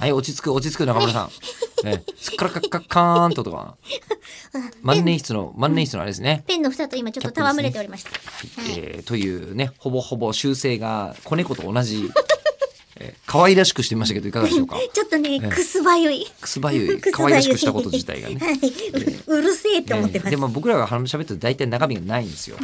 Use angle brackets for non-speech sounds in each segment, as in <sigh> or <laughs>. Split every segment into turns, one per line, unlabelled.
はい、落ち着く、落ち着く、中村さ
<laughs>
ん。ね、すっからかっかっかーんととか。万年筆の、万年筆のあれですね。
ペンの蓋と今ちょっと戯れておりました。はい。
えーというね、ほぼほぼ修正が子猫と同じ、えー可愛らしくしてみましたけど、いかがでし
<laughs>
ょうか。
ちょっとね、くすばゆい。
くすば
<laughs>
ゆい、
くす
可
ば
愛
ゆ
らしくしたこと自体がね。
はいううるせえって思ってます
で。も僕らが話しゃべってると大体中身がないんですよ。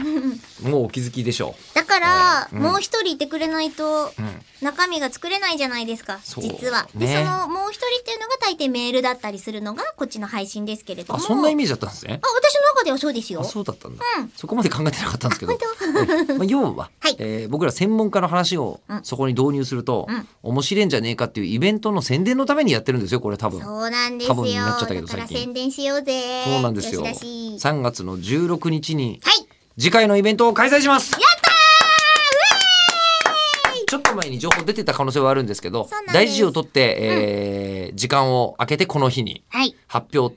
もうお気づきでしょ
だから、もう一人いてくれないと
う。うん。
中身が作れないじゃないですか
そう
実は。で、
ね
そのもう一人っていうのが大抵メールだったりするのがこっちの配信ですけれども
あ、そんなイ
あ
メージだったんですね。
私の中ではそうですよ。
あ、
は
そうだったんだ
うん。
そこまで考えてなかったんですけど。
当
ええまあ要は
はい、
えー僕ら専門家の話を
うん
そこに導入すると
うん、
面白いんじゃねえかっていうイベントの宣伝のためにやってるんですよ、これ多分。
そうなんです
多
よ。
分になっちゃったけど
だから
最近
宣伝しようぜ。
そうなんですよ。
よしだし
3月の16日に
はい。
次回のイベントを開催します。やったーちょっと前に情報出てた可能性はあるんですけど
そうなんです
大事を取って、えー時間を空けてこの日に
はい。
発表、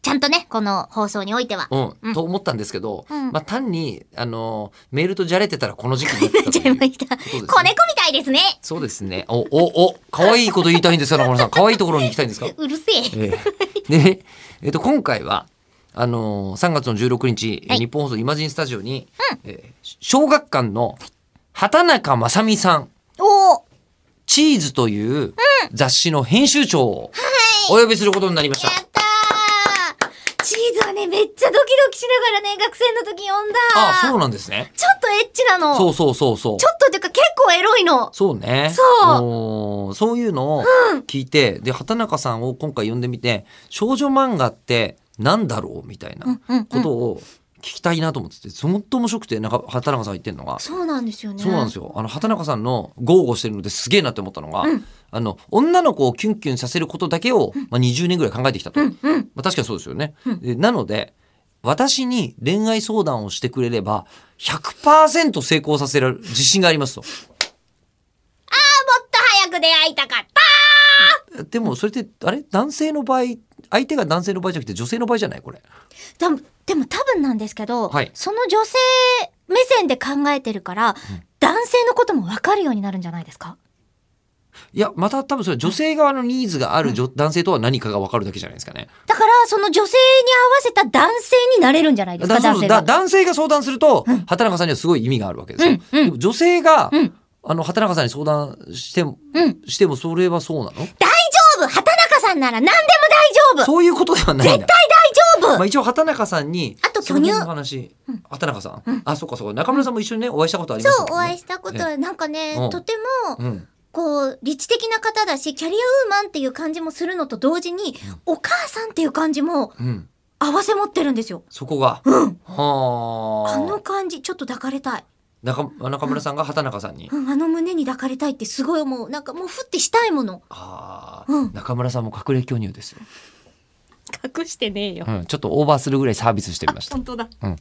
ちゃんとね、この放送においては。 <laughs>
うん
うん
と思ったんですけど、
うん
まあ、単にあのメールとじゃれてたらこの時期になってた
なっ
と
<laughs> ちゃ
い
いま
う
した。
す
子
ね
猫みたいですね。
そうですねおおお可愛いこと言いたいんですよ中村さん可愛いところに行きたいんですか
うるせえ。
ええでね、えっと、今回は、あのー3月の16日、
はい
日本放送イマジンスタジオに、えー小学館の畑中正美さん、
おー
チーズという雑誌の編集長をお呼びすることになりました。
やったーチーズはね、めっちゃドキドキしながらね、学生の時読んだ。
ああ、そうなんですね。
ちょっとエッチなの。
そうそうそうそう
ち。ょっとていうか結構エロいの。
そうね。
そう
おーそういうのを聞いて、で、畑中さんを今回呼んでみて、少女漫画ってなんだろうみたいな
うんうん
ことを聞きたいなと思ってて、ずっと面白くて、なんか畑中さんが言ってるのが、
そうなんですよね。
そうなんですよ。あの、畑中さんの豪語してるのですげえなって思ったのが、
うん
あの、女の子をキュンキュンさせることだけを、まあ、20年ぐらい考えてきたと。
うんうん。
まあ、確かにそうですよね。
うん
でなので、私に恋愛相談をしてくれれば、100%成功させられる自信がありますと。
もっと早く出会いたかっ
でも、それって、あれ男性の場合、相手が男性の場合じゃなくて女性の場合じゃないこれ。
たでも、でも多分なんですけど、
はい
その女性目線で考えてるから、男性のこともわかるようになるんじゃないですか
いや、また多分それは女性側のニーズがある女男性とは何かが分かるだけじゃないですかね。
だから、その女性に合わせた男性になれるんじゃないですか
だそうそ
男
う
性
だ
が。
男性が相談すると、畑中さんにはすごい意味があるわけですよ。
うんうん
でも女性が、
うん
あの畑中さんに相談しても、
うん
してもそれはそうなの
大丈夫畑中さんなら何でも大丈夫
そういうことではないんだ。
大丈夫、
まあ、一応畑中さんに
あと
その辺
巨乳
の話、畑中さん、あそっかそっか中村さんも一緒にねお会いしたことあります
そう、お会い
し
したことは、なんかね
うん、
とても、
うん、
こう、理知的な方だし、キャリアウーマンっていう感じもするのと同時に、お母さんっていう感じも
うん、
合わせ持ってるんですよ。
そこが、
うん。あの
は
感じ、ちょっと抱かれたい。
あ中中村さんが畑中さんに、
うん、あの胸に抱かれたいってすごい思う。なんかもうふってしたいもの。
ああ、
うん
中村さんも隠れ巨乳ですよ、
隠してねえよ。
うん、ちょっとオーバーするぐらいサービスしてみました
本当だ。
うん